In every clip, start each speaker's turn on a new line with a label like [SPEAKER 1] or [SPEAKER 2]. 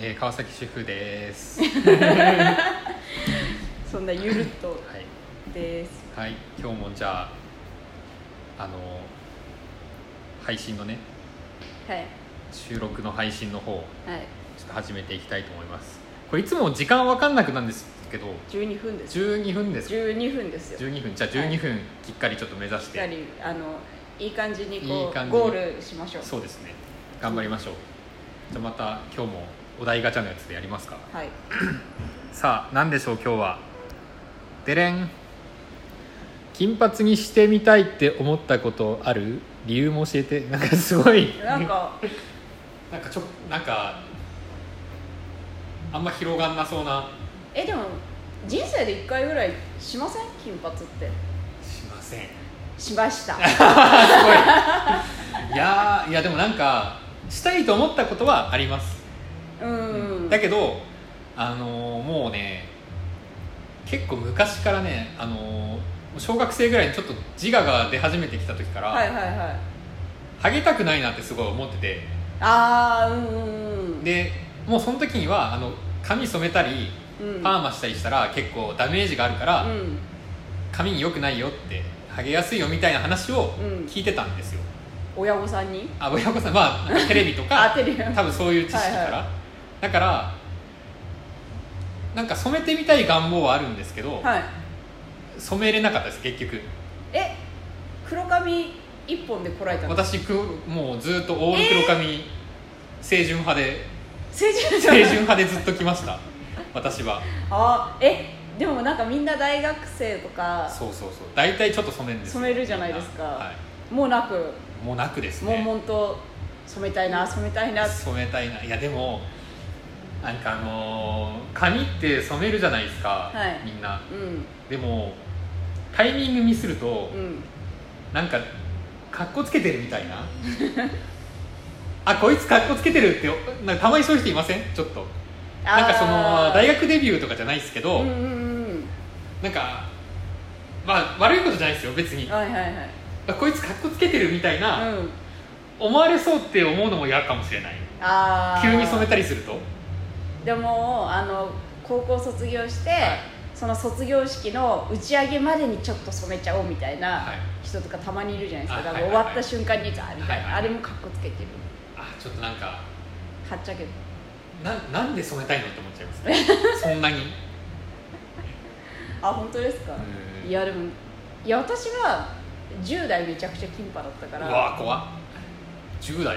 [SPEAKER 1] えー川崎主婦です。
[SPEAKER 2] そんなゆるっと
[SPEAKER 1] はい、
[SPEAKER 2] です
[SPEAKER 1] はい、今日もじゃあ、あの配信のね、
[SPEAKER 2] はい
[SPEAKER 1] 収録の配信の方、ちょ
[SPEAKER 2] はい
[SPEAKER 1] っと始めていきたいと思います。これいつも時間わかんなくなんですけど、
[SPEAKER 2] 12分です
[SPEAKER 1] 12分です。
[SPEAKER 2] 12分ですよし
[SPEAKER 1] 12分、じゃあ12分きっかりちょっと目指し、
[SPEAKER 2] ってかりあのいい感じにこう
[SPEAKER 1] いい感じに
[SPEAKER 2] ゴールしましょう
[SPEAKER 1] そうですね、頑張りましょう。じゃあまた今日もお題ガチャのやつでやりますか。
[SPEAKER 2] はい
[SPEAKER 1] さあ何でしょう今日はでれん金髪にしてみたいって思ったことある理由も教えてなんかすごい
[SPEAKER 2] なんか
[SPEAKER 1] なんかちょなんかあんま広がんなそうな
[SPEAKER 2] えでも人生で1回ぐらいしません金髪って
[SPEAKER 1] しませんす
[SPEAKER 2] しま した
[SPEAKER 1] ごいいやーいやでもなんかしたいと思ったことはあります、
[SPEAKER 2] うん
[SPEAKER 1] だけどあのーもうね結構昔からねあのー小学生ぐらいにちょっと自我が出始めてきた時から、
[SPEAKER 2] はいはいはい
[SPEAKER 1] ハゲたくないなってすごい思ってて
[SPEAKER 2] ああうんうんうん
[SPEAKER 1] でもうその時にはあの髪染めたり
[SPEAKER 2] うん
[SPEAKER 1] パーマしたりしたら結構ダメージがあるから、
[SPEAKER 2] うん
[SPEAKER 1] 髪に良くないよってハゲやすいよみたいな話を
[SPEAKER 2] うん
[SPEAKER 1] 聞いてたんですよ、
[SPEAKER 2] 親御さんに
[SPEAKER 1] あ親御さんまあテレビと
[SPEAKER 2] あ
[SPEAKER 1] か
[SPEAKER 2] テレビの
[SPEAKER 1] 多分そういう知識から、
[SPEAKER 2] はいは
[SPEAKER 1] だからなんか染めてみたい願望はあるんですけど、
[SPEAKER 2] はい
[SPEAKER 1] 染めれなかったです結局
[SPEAKER 2] え黒髪一本でこらえたの
[SPEAKER 1] 私くもうずっとオール黒髪、清純派で
[SPEAKER 2] 成人
[SPEAKER 1] 清純派でずっと来ました私は
[SPEAKER 2] あえでもなんかみんな大学生とか
[SPEAKER 1] そうそうそう大体ちょっと染めるんですよ
[SPEAKER 2] 染めるじゃないですか
[SPEAKER 1] は
[SPEAKER 2] もうなく
[SPEAKER 1] い、もうなくです
[SPEAKER 2] 悶
[SPEAKER 1] ね
[SPEAKER 2] 々と染めたいな染めたいな
[SPEAKER 1] 染めたいないやでもなんかあのー髪って染めるじゃないですか、
[SPEAKER 2] はい
[SPEAKER 1] みんな
[SPEAKER 2] うん
[SPEAKER 1] でもタイミングミスると、
[SPEAKER 2] うん
[SPEAKER 1] なんかかっこつけてるみたいなあこいつかっこつけてるってなんかたまにそういう人いませんちょっとなんかその大
[SPEAKER 2] 学
[SPEAKER 1] 学デビューとかじゃないですけど、
[SPEAKER 2] うんうん
[SPEAKER 1] なんかまあ悪いことじゃないですよ別
[SPEAKER 2] う
[SPEAKER 1] に
[SPEAKER 2] んはいはいはい
[SPEAKER 1] あこいつかっこつけてるみたいな、
[SPEAKER 2] うん
[SPEAKER 1] 思われそうって思うのも嫌かもしれない
[SPEAKER 2] あー
[SPEAKER 1] 急に染めたりすると
[SPEAKER 2] でもあの高校卒業して、
[SPEAKER 1] はい
[SPEAKER 2] その卒業式の打ち上げまでにちょっと染めちゃおうみたい
[SPEAKER 1] は
[SPEAKER 2] ない人とかたまにいるじゃないですか、
[SPEAKER 1] あ
[SPEAKER 2] だか
[SPEAKER 1] は
[SPEAKER 2] ら
[SPEAKER 1] い
[SPEAKER 2] 終
[SPEAKER 1] はいはい
[SPEAKER 2] わった瞬間にザーみ
[SPEAKER 1] はいは
[SPEAKER 2] たいな、
[SPEAKER 1] いはい
[SPEAKER 2] あれもかっこつけてる
[SPEAKER 1] あちょっとなんか
[SPEAKER 2] はっちゃけど
[SPEAKER 1] ななんで染めたいのって思っちゃいます ねそんなに
[SPEAKER 2] あ本当ですか、
[SPEAKER 1] うん
[SPEAKER 2] いやでもいや私は10代めちゃくちゃキンパだったか
[SPEAKER 1] う
[SPEAKER 2] ら
[SPEAKER 1] わ怖っ10代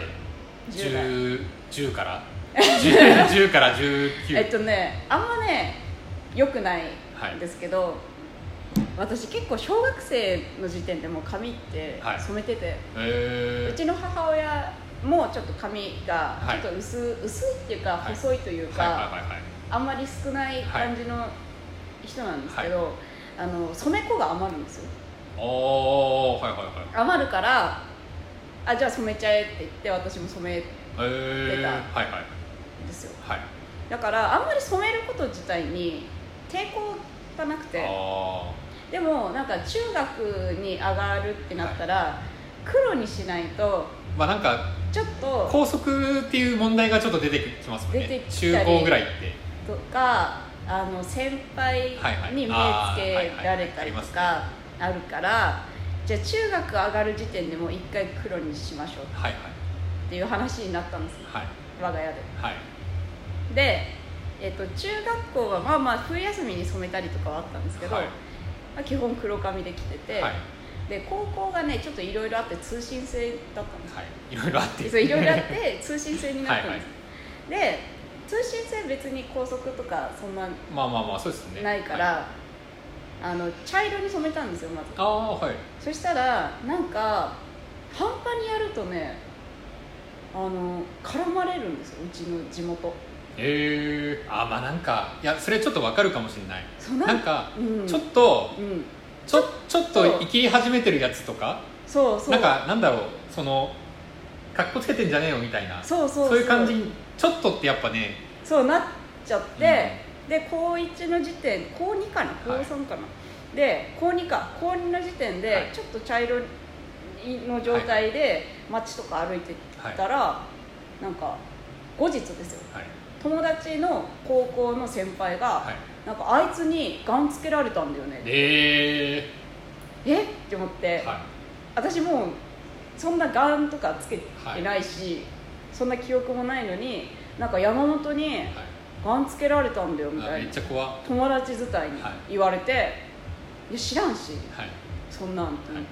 [SPEAKER 2] 10代
[SPEAKER 1] 10, 10から 10, 10から19、
[SPEAKER 2] えっとねあんまね良くないんですけど、私結構小学生の時点でもう髪って
[SPEAKER 1] はい
[SPEAKER 2] 染めてて、
[SPEAKER 1] え
[SPEAKER 2] う
[SPEAKER 1] ー
[SPEAKER 2] ちの母親もちょっと髪が
[SPEAKER 1] はい
[SPEAKER 2] ちょっと薄,、い、薄いっていうか
[SPEAKER 1] はい
[SPEAKER 2] 細いというか、
[SPEAKER 1] はいはいはいはい
[SPEAKER 2] あんまり少ない感じの人なんですけど、あの染め粉が余るんですよ
[SPEAKER 1] おーはいはいはい
[SPEAKER 2] 余るからあじゃあ染めちゃえって言って私も染める
[SPEAKER 1] え
[SPEAKER 2] 出
[SPEAKER 1] ー、
[SPEAKER 2] た
[SPEAKER 1] はいはい
[SPEAKER 2] んですよ
[SPEAKER 1] はい
[SPEAKER 2] だからあんまり染めること自体に抵抗がなくて
[SPEAKER 1] あ
[SPEAKER 2] でもなんか中学に上がるってなったら、黒にしないと
[SPEAKER 1] ーまあなんか
[SPEAKER 2] ちょっと
[SPEAKER 1] 校則っていう問題がちょっと出てきますもん
[SPEAKER 2] 出て
[SPEAKER 1] ね
[SPEAKER 2] きた
[SPEAKER 1] 中
[SPEAKER 2] り
[SPEAKER 1] 高ぐらいって
[SPEAKER 2] とかあの先輩
[SPEAKER 1] はいはい
[SPEAKER 2] に目つ
[SPEAKER 1] あーはい
[SPEAKER 2] け
[SPEAKER 1] はい
[SPEAKER 2] られたりとかあるからじゃあ中学上がる時点でもう一回黒にしましょう
[SPEAKER 1] はいはい
[SPEAKER 2] っていう話になったんです
[SPEAKER 1] はい
[SPEAKER 2] 我が家で。
[SPEAKER 1] はい
[SPEAKER 2] で、えっと中学校はまあまあ冬休みに染めたりとかはあったんですけど、
[SPEAKER 1] はい
[SPEAKER 2] まあ、基本黒髪で来てて、
[SPEAKER 1] はい
[SPEAKER 2] で高校がねちょっといろいろあって通信制だったんですよ
[SPEAKER 1] はいいろいろあって
[SPEAKER 2] そういろいろ あって通信制になったんです、で通信制別に高速とかそんな
[SPEAKER 1] まあまあまあそうですね
[SPEAKER 2] ないから、あの茶色に染めたんですよまず
[SPEAKER 1] ああはい
[SPEAKER 2] そしたらなんか半端にやるとねあの絡まれるんですようちの地元
[SPEAKER 1] ええー、あまあなんかいやそれちょっとわかるかもしれない
[SPEAKER 2] そう
[SPEAKER 1] なんか、
[SPEAKER 2] うん、
[SPEAKER 1] ちょっと
[SPEAKER 2] うん、
[SPEAKER 1] ちょちょっと生き始めてるやつとか
[SPEAKER 2] そうそう
[SPEAKER 1] なんかなんだろうそのかっこつけてんじゃねえよみたいな
[SPEAKER 2] そうそう
[SPEAKER 1] いう感じにちょっとってやっぱね
[SPEAKER 2] そうなっちゃって、で高1の時点高2かな高
[SPEAKER 1] はい
[SPEAKER 2] 3かな、で高2か高2の時点で、
[SPEAKER 1] はい
[SPEAKER 2] ちょっと茶色の状態で街とか歩いてたら、なんか後日ですよ
[SPEAKER 1] はい
[SPEAKER 2] 友達の高校の先輩が、
[SPEAKER 1] はい
[SPEAKER 2] なんかあいつにガンつけられたんだよね
[SPEAKER 1] え
[SPEAKER 2] えって思って、
[SPEAKER 1] ー、はい
[SPEAKER 2] 私もうそんなガンとかつけてないし、そんな記憶もないのになんか山本にガンつけられたんだよみ
[SPEAKER 1] はいあ
[SPEAKER 2] たい
[SPEAKER 1] めっ
[SPEAKER 2] な
[SPEAKER 1] ちゃ怖は
[SPEAKER 2] 友達伝いに
[SPEAKER 1] はい
[SPEAKER 2] 言われて、い、や知らんし
[SPEAKER 1] い
[SPEAKER 2] そんなんって思って、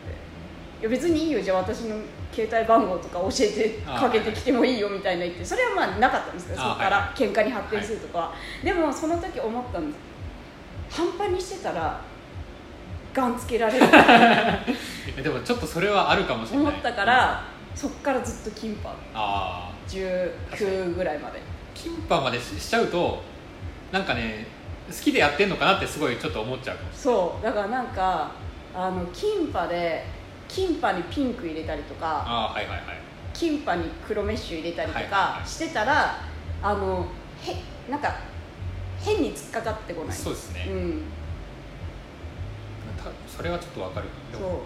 [SPEAKER 2] い、や別にいいよじゃあ私の携帯番号とか教えて
[SPEAKER 1] あ
[SPEAKER 2] かけてきてもいいよみたいな言ってそれはまあなかったんですけど
[SPEAKER 1] あ
[SPEAKER 2] そこか
[SPEAKER 1] はい
[SPEAKER 2] ら喧嘩に発展するとかは、でもその時思ったんです半端にしてたらガンつけられる
[SPEAKER 1] えでもちょっとそれはあるかもし
[SPEAKER 2] と
[SPEAKER 1] れない
[SPEAKER 2] 思っ たからそっからずっとキンパ
[SPEAKER 1] ああ
[SPEAKER 2] 19ぐらいまで
[SPEAKER 1] キンパまでししちゃうとなんかね好きでやってんのかなってすごいちょっと思っちゃうかもし
[SPEAKER 2] そうだからなんかあのキンパでキンパにピンク入れたりとか
[SPEAKER 1] ああーはいはいはい
[SPEAKER 2] キンパに黒メッシュ入れたりと
[SPEAKER 1] はいはい
[SPEAKER 2] か
[SPEAKER 1] はい
[SPEAKER 2] してたら、あのへなんか変に突っかかってこない
[SPEAKER 1] そうですね、
[SPEAKER 2] うん
[SPEAKER 1] たそれはちょっとわかるでも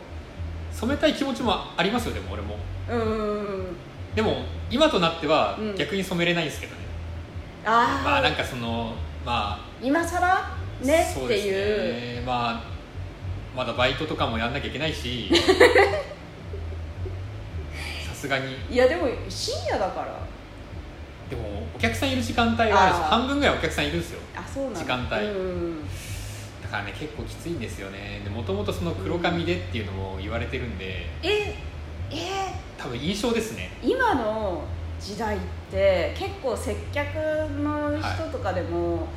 [SPEAKER 2] そ
[SPEAKER 1] 染めたい気持ちもありますよでも俺も
[SPEAKER 2] ううんうんうんうん
[SPEAKER 1] でも今となっては
[SPEAKER 2] うん
[SPEAKER 1] 逆に染めれないんですけどね、
[SPEAKER 2] あー、
[SPEAKER 1] まあなんかそのまあ
[SPEAKER 2] 今さらね
[SPEAKER 1] そ
[SPEAKER 2] っ
[SPEAKER 1] う
[SPEAKER 2] て
[SPEAKER 1] です
[SPEAKER 2] いう
[SPEAKER 1] ねまあまだバイトとかもやんなきゃいけない しさすがに
[SPEAKER 2] いやでも深夜だから
[SPEAKER 1] でもお客さんいる時間帯はあるし
[SPEAKER 2] あー
[SPEAKER 1] 半分ぐらいお客さんいるんですよ
[SPEAKER 2] あそうなんだ
[SPEAKER 1] 時間帯
[SPEAKER 2] うん
[SPEAKER 1] だからね結構きついんですよねでもともとその黒髪でっていうのも言われてるんで
[SPEAKER 2] ええ
[SPEAKER 1] 多分印象ですね
[SPEAKER 2] ー今の時代って結構接客の人とかでも、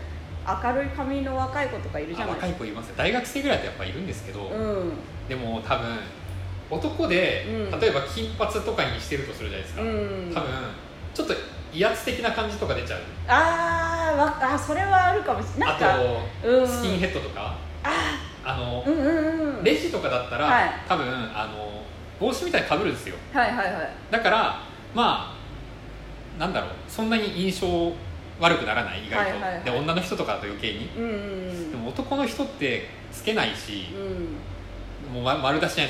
[SPEAKER 2] 明るい髪の若い子とかいるじ
[SPEAKER 1] あ
[SPEAKER 2] ゃない
[SPEAKER 1] 若い子いますよ大学生ぐらいだとやっぱいるんですけど、
[SPEAKER 2] うん
[SPEAKER 1] でも多分男で、
[SPEAKER 2] うん
[SPEAKER 1] 例えば金髪とかにしてるとするじゃないですか、
[SPEAKER 2] うん
[SPEAKER 1] 多分ちょっと威圧的な感じとか出ちゃう
[SPEAKER 2] あーわあそれはあるかもしれないなんか
[SPEAKER 1] あと、
[SPEAKER 2] うん
[SPEAKER 1] スキンヘッドとか
[SPEAKER 2] あ
[SPEAKER 1] あの、
[SPEAKER 2] ーうんうんうん
[SPEAKER 1] レジとかだったら、
[SPEAKER 2] はい
[SPEAKER 1] 多分あの帽子みたいにかぶるんですよ
[SPEAKER 2] はいはいはい
[SPEAKER 1] だからまあなんだろうそんなに印象悪くならない意外と、
[SPEAKER 2] はいはいはい
[SPEAKER 1] で女の人とかだと余計に
[SPEAKER 2] うんうん
[SPEAKER 1] でも男の人ってつけないし
[SPEAKER 2] うん、うん
[SPEAKER 1] もうま丸出しじゃ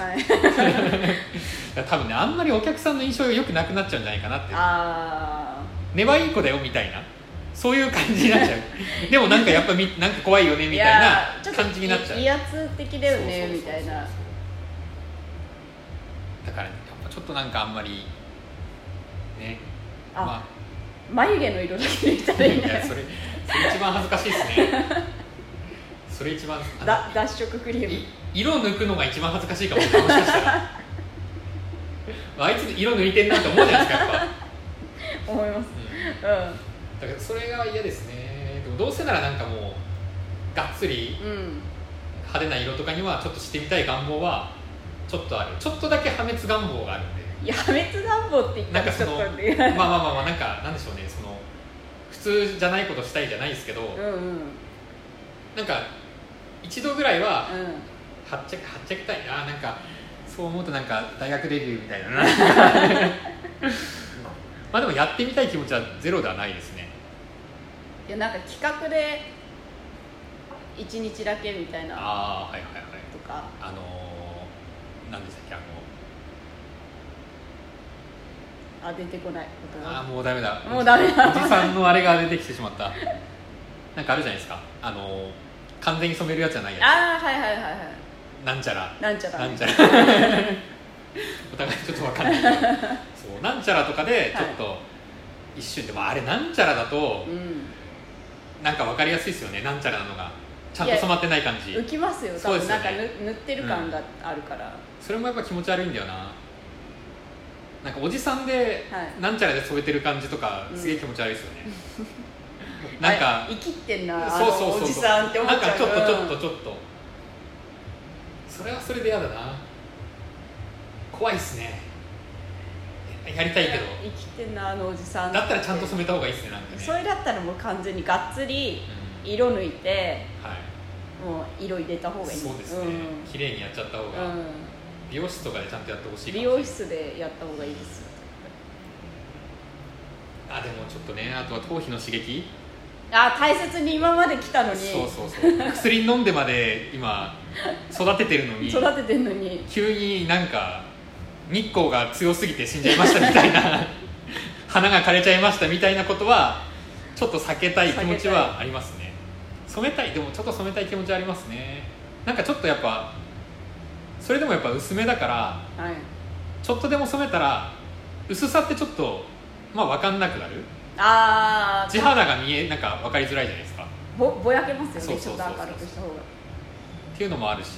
[SPEAKER 1] ないですか
[SPEAKER 2] はい
[SPEAKER 1] だから多分ねあんまりお客さんの印象が良くなくなっちゃうんじゃないかなって
[SPEAKER 2] あ
[SPEAKER 1] 根はいい子だよみたいなそういう感じになっちゃう でもなんかやっぱみなんか怖いよね
[SPEAKER 2] ー
[SPEAKER 1] み
[SPEAKER 2] い
[SPEAKER 1] たい
[SPEAKER 2] やーち
[SPEAKER 1] な
[SPEAKER 2] ょっと
[SPEAKER 1] 感じになっちゃう
[SPEAKER 2] 威圧的だよね
[SPEAKER 1] そうそうそうそう
[SPEAKER 2] みたいな
[SPEAKER 1] だから、ね、やっぱちょっとなんかあんまりね
[SPEAKER 2] あ、
[SPEAKER 1] ま
[SPEAKER 2] 眉毛の色だけできた
[SPEAKER 1] あ
[SPEAKER 2] らいい
[SPEAKER 1] い
[SPEAKER 2] んじゃな
[SPEAKER 1] や
[SPEAKER 2] い
[SPEAKER 1] それそれ一番恥ずかしいですねそれ一番あの
[SPEAKER 2] だ脱色クリー
[SPEAKER 1] い
[SPEAKER 2] ム
[SPEAKER 1] 色抜くのが一番恥ずかしいかもしれないもしかしたら あいつ色抜いてんなって思うじゃないですかやっぱ、
[SPEAKER 2] 思います
[SPEAKER 1] うん
[SPEAKER 2] う
[SPEAKER 1] だからそれが嫌ですねでもどうせならなんかもうがっつり
[SPEAKER 2] んうん
[SPEAKER 1] 派手な色とかにはちょっとしてみたい願望はちょっとあるちょっとだけ破滅願望がある んで
[SPEAKER 2] いや破滅願望って言った
[SPEAKER 1] なんから
[SPEAKER 2] ち
[SPEAKER 1] そ
[SPEAKER 2] ょ
[SPEAKER 1] のま
[SPEAKER 2] っと
[SPEAKER 1] あ
[SPEAKER 2] 待って
[SPEAKER 1] まあまあまあなんかなんでしょうねその普通じゃないことしたいじゃないですけど、
[SPEAKER 2] うんうん
[SPEAKER 1] なんか一度ぐらいは
[SPEAKER 2] うん
[SPEAKER 1] はっちゃけはっちゃけたいななんかそう思うとなんか大学デビューみたいなな まあでもやってみたい気持ちはゼロではないですね
[SPEAKER 2] いやなんか企画で一日だけみたいな
[SPEAKER 1] ああはいはいはい
[SPEAKER 2] とか
[SPEAKER 1] あのー、何でしたっけあの
[SPEAKER 2] あ出てこないこと
[SPEAKER 1] ああもうダメだ
[SPEAKER 2] もうダメだ
[SPEAKER 1] おじさんのあれが出てきてしまったなんかあるじゃないですかあのー、完全に染めるやつじゃないや
[SPEAKER 2] ああはいはいはいはい
[SPEAKER 1] つなんちゃら
[SPEAKER 2] なんちゃら
[SPEAKER 1] なんちゃら お互いちょっとわかんないけどそうなんちゃらとかでちょっと一瞬でもあれなんちゃらだと
[SPEAKER 2] うん
[SPEAKER 1] なんかわかりやすいですよねなんちゃらなのがちゃんと染まってない感じ
[SPEAKER 2] 浮きますよ多
[SPEAKER 1] そうで
[SPEAKER 2] 分
[SPEAKER 1] すよ
[SPEAKER 2] な
[SPEAKER 1] ね
[SPEAKER 2] んかぬ塗ってる感があるから、
[SPEAKER 1] それもやっぱ気持ち悪いんだよななんかおじさんで、
[SPEAKER 2] はい
[SPEAKER 1] なんちゃらで染めてる感じとかすげえ気持ち悪いですよね、 なん
[SPEAKER 2] あ
[SPEAKER 1] か
[SPEAKER 2] 生きってんなあ
[SPEAKER 1] そう
[SPEAKER 2] の
[SPEAKER 1] そうそうそう
[SPEAKER 2] おじさんって思っちゃう
[SPEAKER 1] なんかちょっとちょっ
[SPEAKER 2] う
[SPEAKER 1] と
[SPEAKER 2] ん
[SPEAKER 1] ちょっと、それはそれで嫌だな怖いっすねやりたいけど
[SPEAKER 2] 生きてんなあのおじさん
[SPEAKER 1] だったらちゃんと染めた方がいいっすねなんかね
[SPEAKER 2] それだったらもう完全にがっつり
[SPEAKER 1] うん
[SPEAKER 2] 色抜いて
[SPEAKER 1] はい
[SPEAKER 2] もう色入れた方がいい
[SPEAKER 1] そうですね
[SPEAKER 2] うん
[SPEAKER 1] 綺麗、にやっちゃった方が、
[SPEAKER 2] うん
[SPEAKER 1] 美容室とかでちゃんとやってほしいかもしれ
[SPEAKER 2] 美
[SPEAKER 1] ない
[SPEAKER 2] 容室でやった方がいいですよ
[SPEAKER 1] あでもちょっとねあとは頭皮の刺激
[SPEAKER 2] あ大切に今まで来たのに
[SPEAKER 1] そうそうそう薬飲んでまで今育ててるのに
[SPEAKER 2] 育ててんのに
[SPEAKER 1] 急になんか日光 が強すぎて死んじゃいましたみたいな花が枯れちゃいましたみたいなことはちょっと避けたい気持ちはありますね染めたいでもちょっと染めたい気持ちはありますねなんかちょっとやっぱそれでもやっぱ薄めだから
[SPEAKER 2] はい
[SPEAKER 1] ちょっとでも染めたら薄さってちょっとまあ分かんなくなる
[SPEAKER 2] あ
[SPEAKER 1] 地肌が見えなんか分かりづらいじゃないですかっ
[SPEAKER 2] あぼぼやけますよねち
[SPEAKER 1] そ
[SPEAKER 2] ょ
[SPEAKER 1] うそうそうそう
[SPEAKER 2] っと明るくした方が
[SPEAKER 1] ていうのもあるし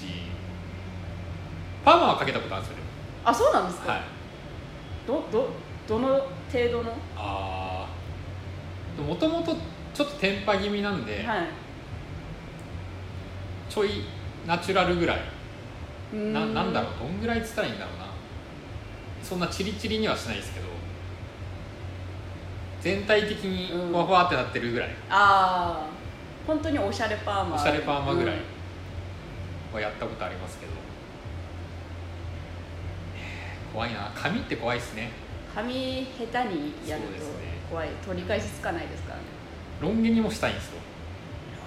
[SPEAKER 1] パーマはかけたことあるんですよ
[SPEAKER 2] あそうなんです
[SPEAKER 1] でも
[SPEAKER 2] か、
[SPEAKER 1] はい
[SPEAKER 2] どどどの程度のは
[SPEAKER 1] ああもともとちょっとテンパ気味なんで、
[SPEAKER 2] い
[SPEAKER 1] ちょいナチュラルぐらい、
[SPEAKER 2] うーん
[SPEAKER 1] ななんだろうどんぐらいっつったらいいんだろうなそんなチリチリにはしないですけど全体的に
[SPEAKER 2] うん
[SPEAKER 1] ふわふわってなってるぐらい、
[SPEAKER 2] ああ本当におしゃれパーマ
[SPEAKER 1] おしゃれパーマぐらい
[SPEAKER 2] うん
[SPEAKER 1] はやったことありますけど、怖いな髪って怖いですね
[SPEAKER 2] 髪下手にやる
[SPEAKER 1] そ
[SPEAKER 2] と
[SPEAKER 1] うですね
[SPEAKER 2] 怖い取り返しつかないですからね
[SPEAKER 1] ロン毛にもしたいんですよ、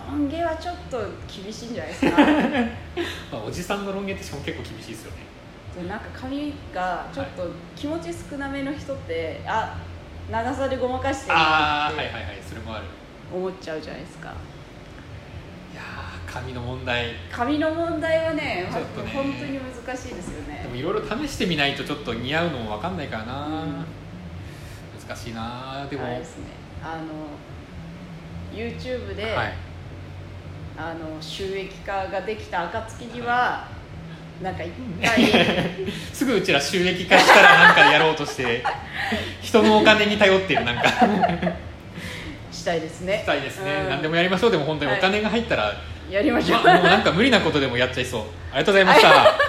[SPEAKER 2] ロン毛はちょっと厳しいんじゃないで すかで
[SPEAKER 1] まあ、おじさんのロン毛ってしかも結構厳しいですよね
[SPEAKER 2] なんか髪がちょっと気持ち少なめの人って、あ長さでごまかしてる
[SPEAKER 1] あ
[SPEAKER 2] な
[SPEAKER 1] あ
[SPEAKER 2] っ
[SPEAKER 1] はい
[SPEAKER 2] て
[SPEAKER 1] はいはいそれもある
[SPEAKER 2] 思っちゃうじゃないですか
[SPEAKER 1] いやー髪の問題
[SPEAKER 2] 髪の問題はね
[SPEAKER 1] ちょっとね
[SPEAKER 2] 本当に難しいですよね
[SPEAKER 1] でもいろいろ試してみないとちょっと似合うのも分かんないからな、
[SPEAKER 2] うん
[SPEAKER 1] 難しいなでも、
[SPEAKER 2] あ
[SPEAKER 1] は
[SPEAKER 2] れ
[SPEAKER 1] い
[SPEAKER 2] ですねあの YouTube で、あの収益化ができた暁には、なんかいっぱい
[SPEAKER 1] すぐうちら収益化したらなんかやろうとして 人のお金に頼ってるなんか
[SPEAKER 2] したいですね
[SPEAKER 1] したいですね、
[SPEAKER 2] うん
[SPEAKER 1] 何でもやりましょうでも本当にお金が入ったら、
[SPEAKER 2] やりましょう、
[SPEAKER 1] まあもうなんか無理なことでもやっちゃいそうありがとうございました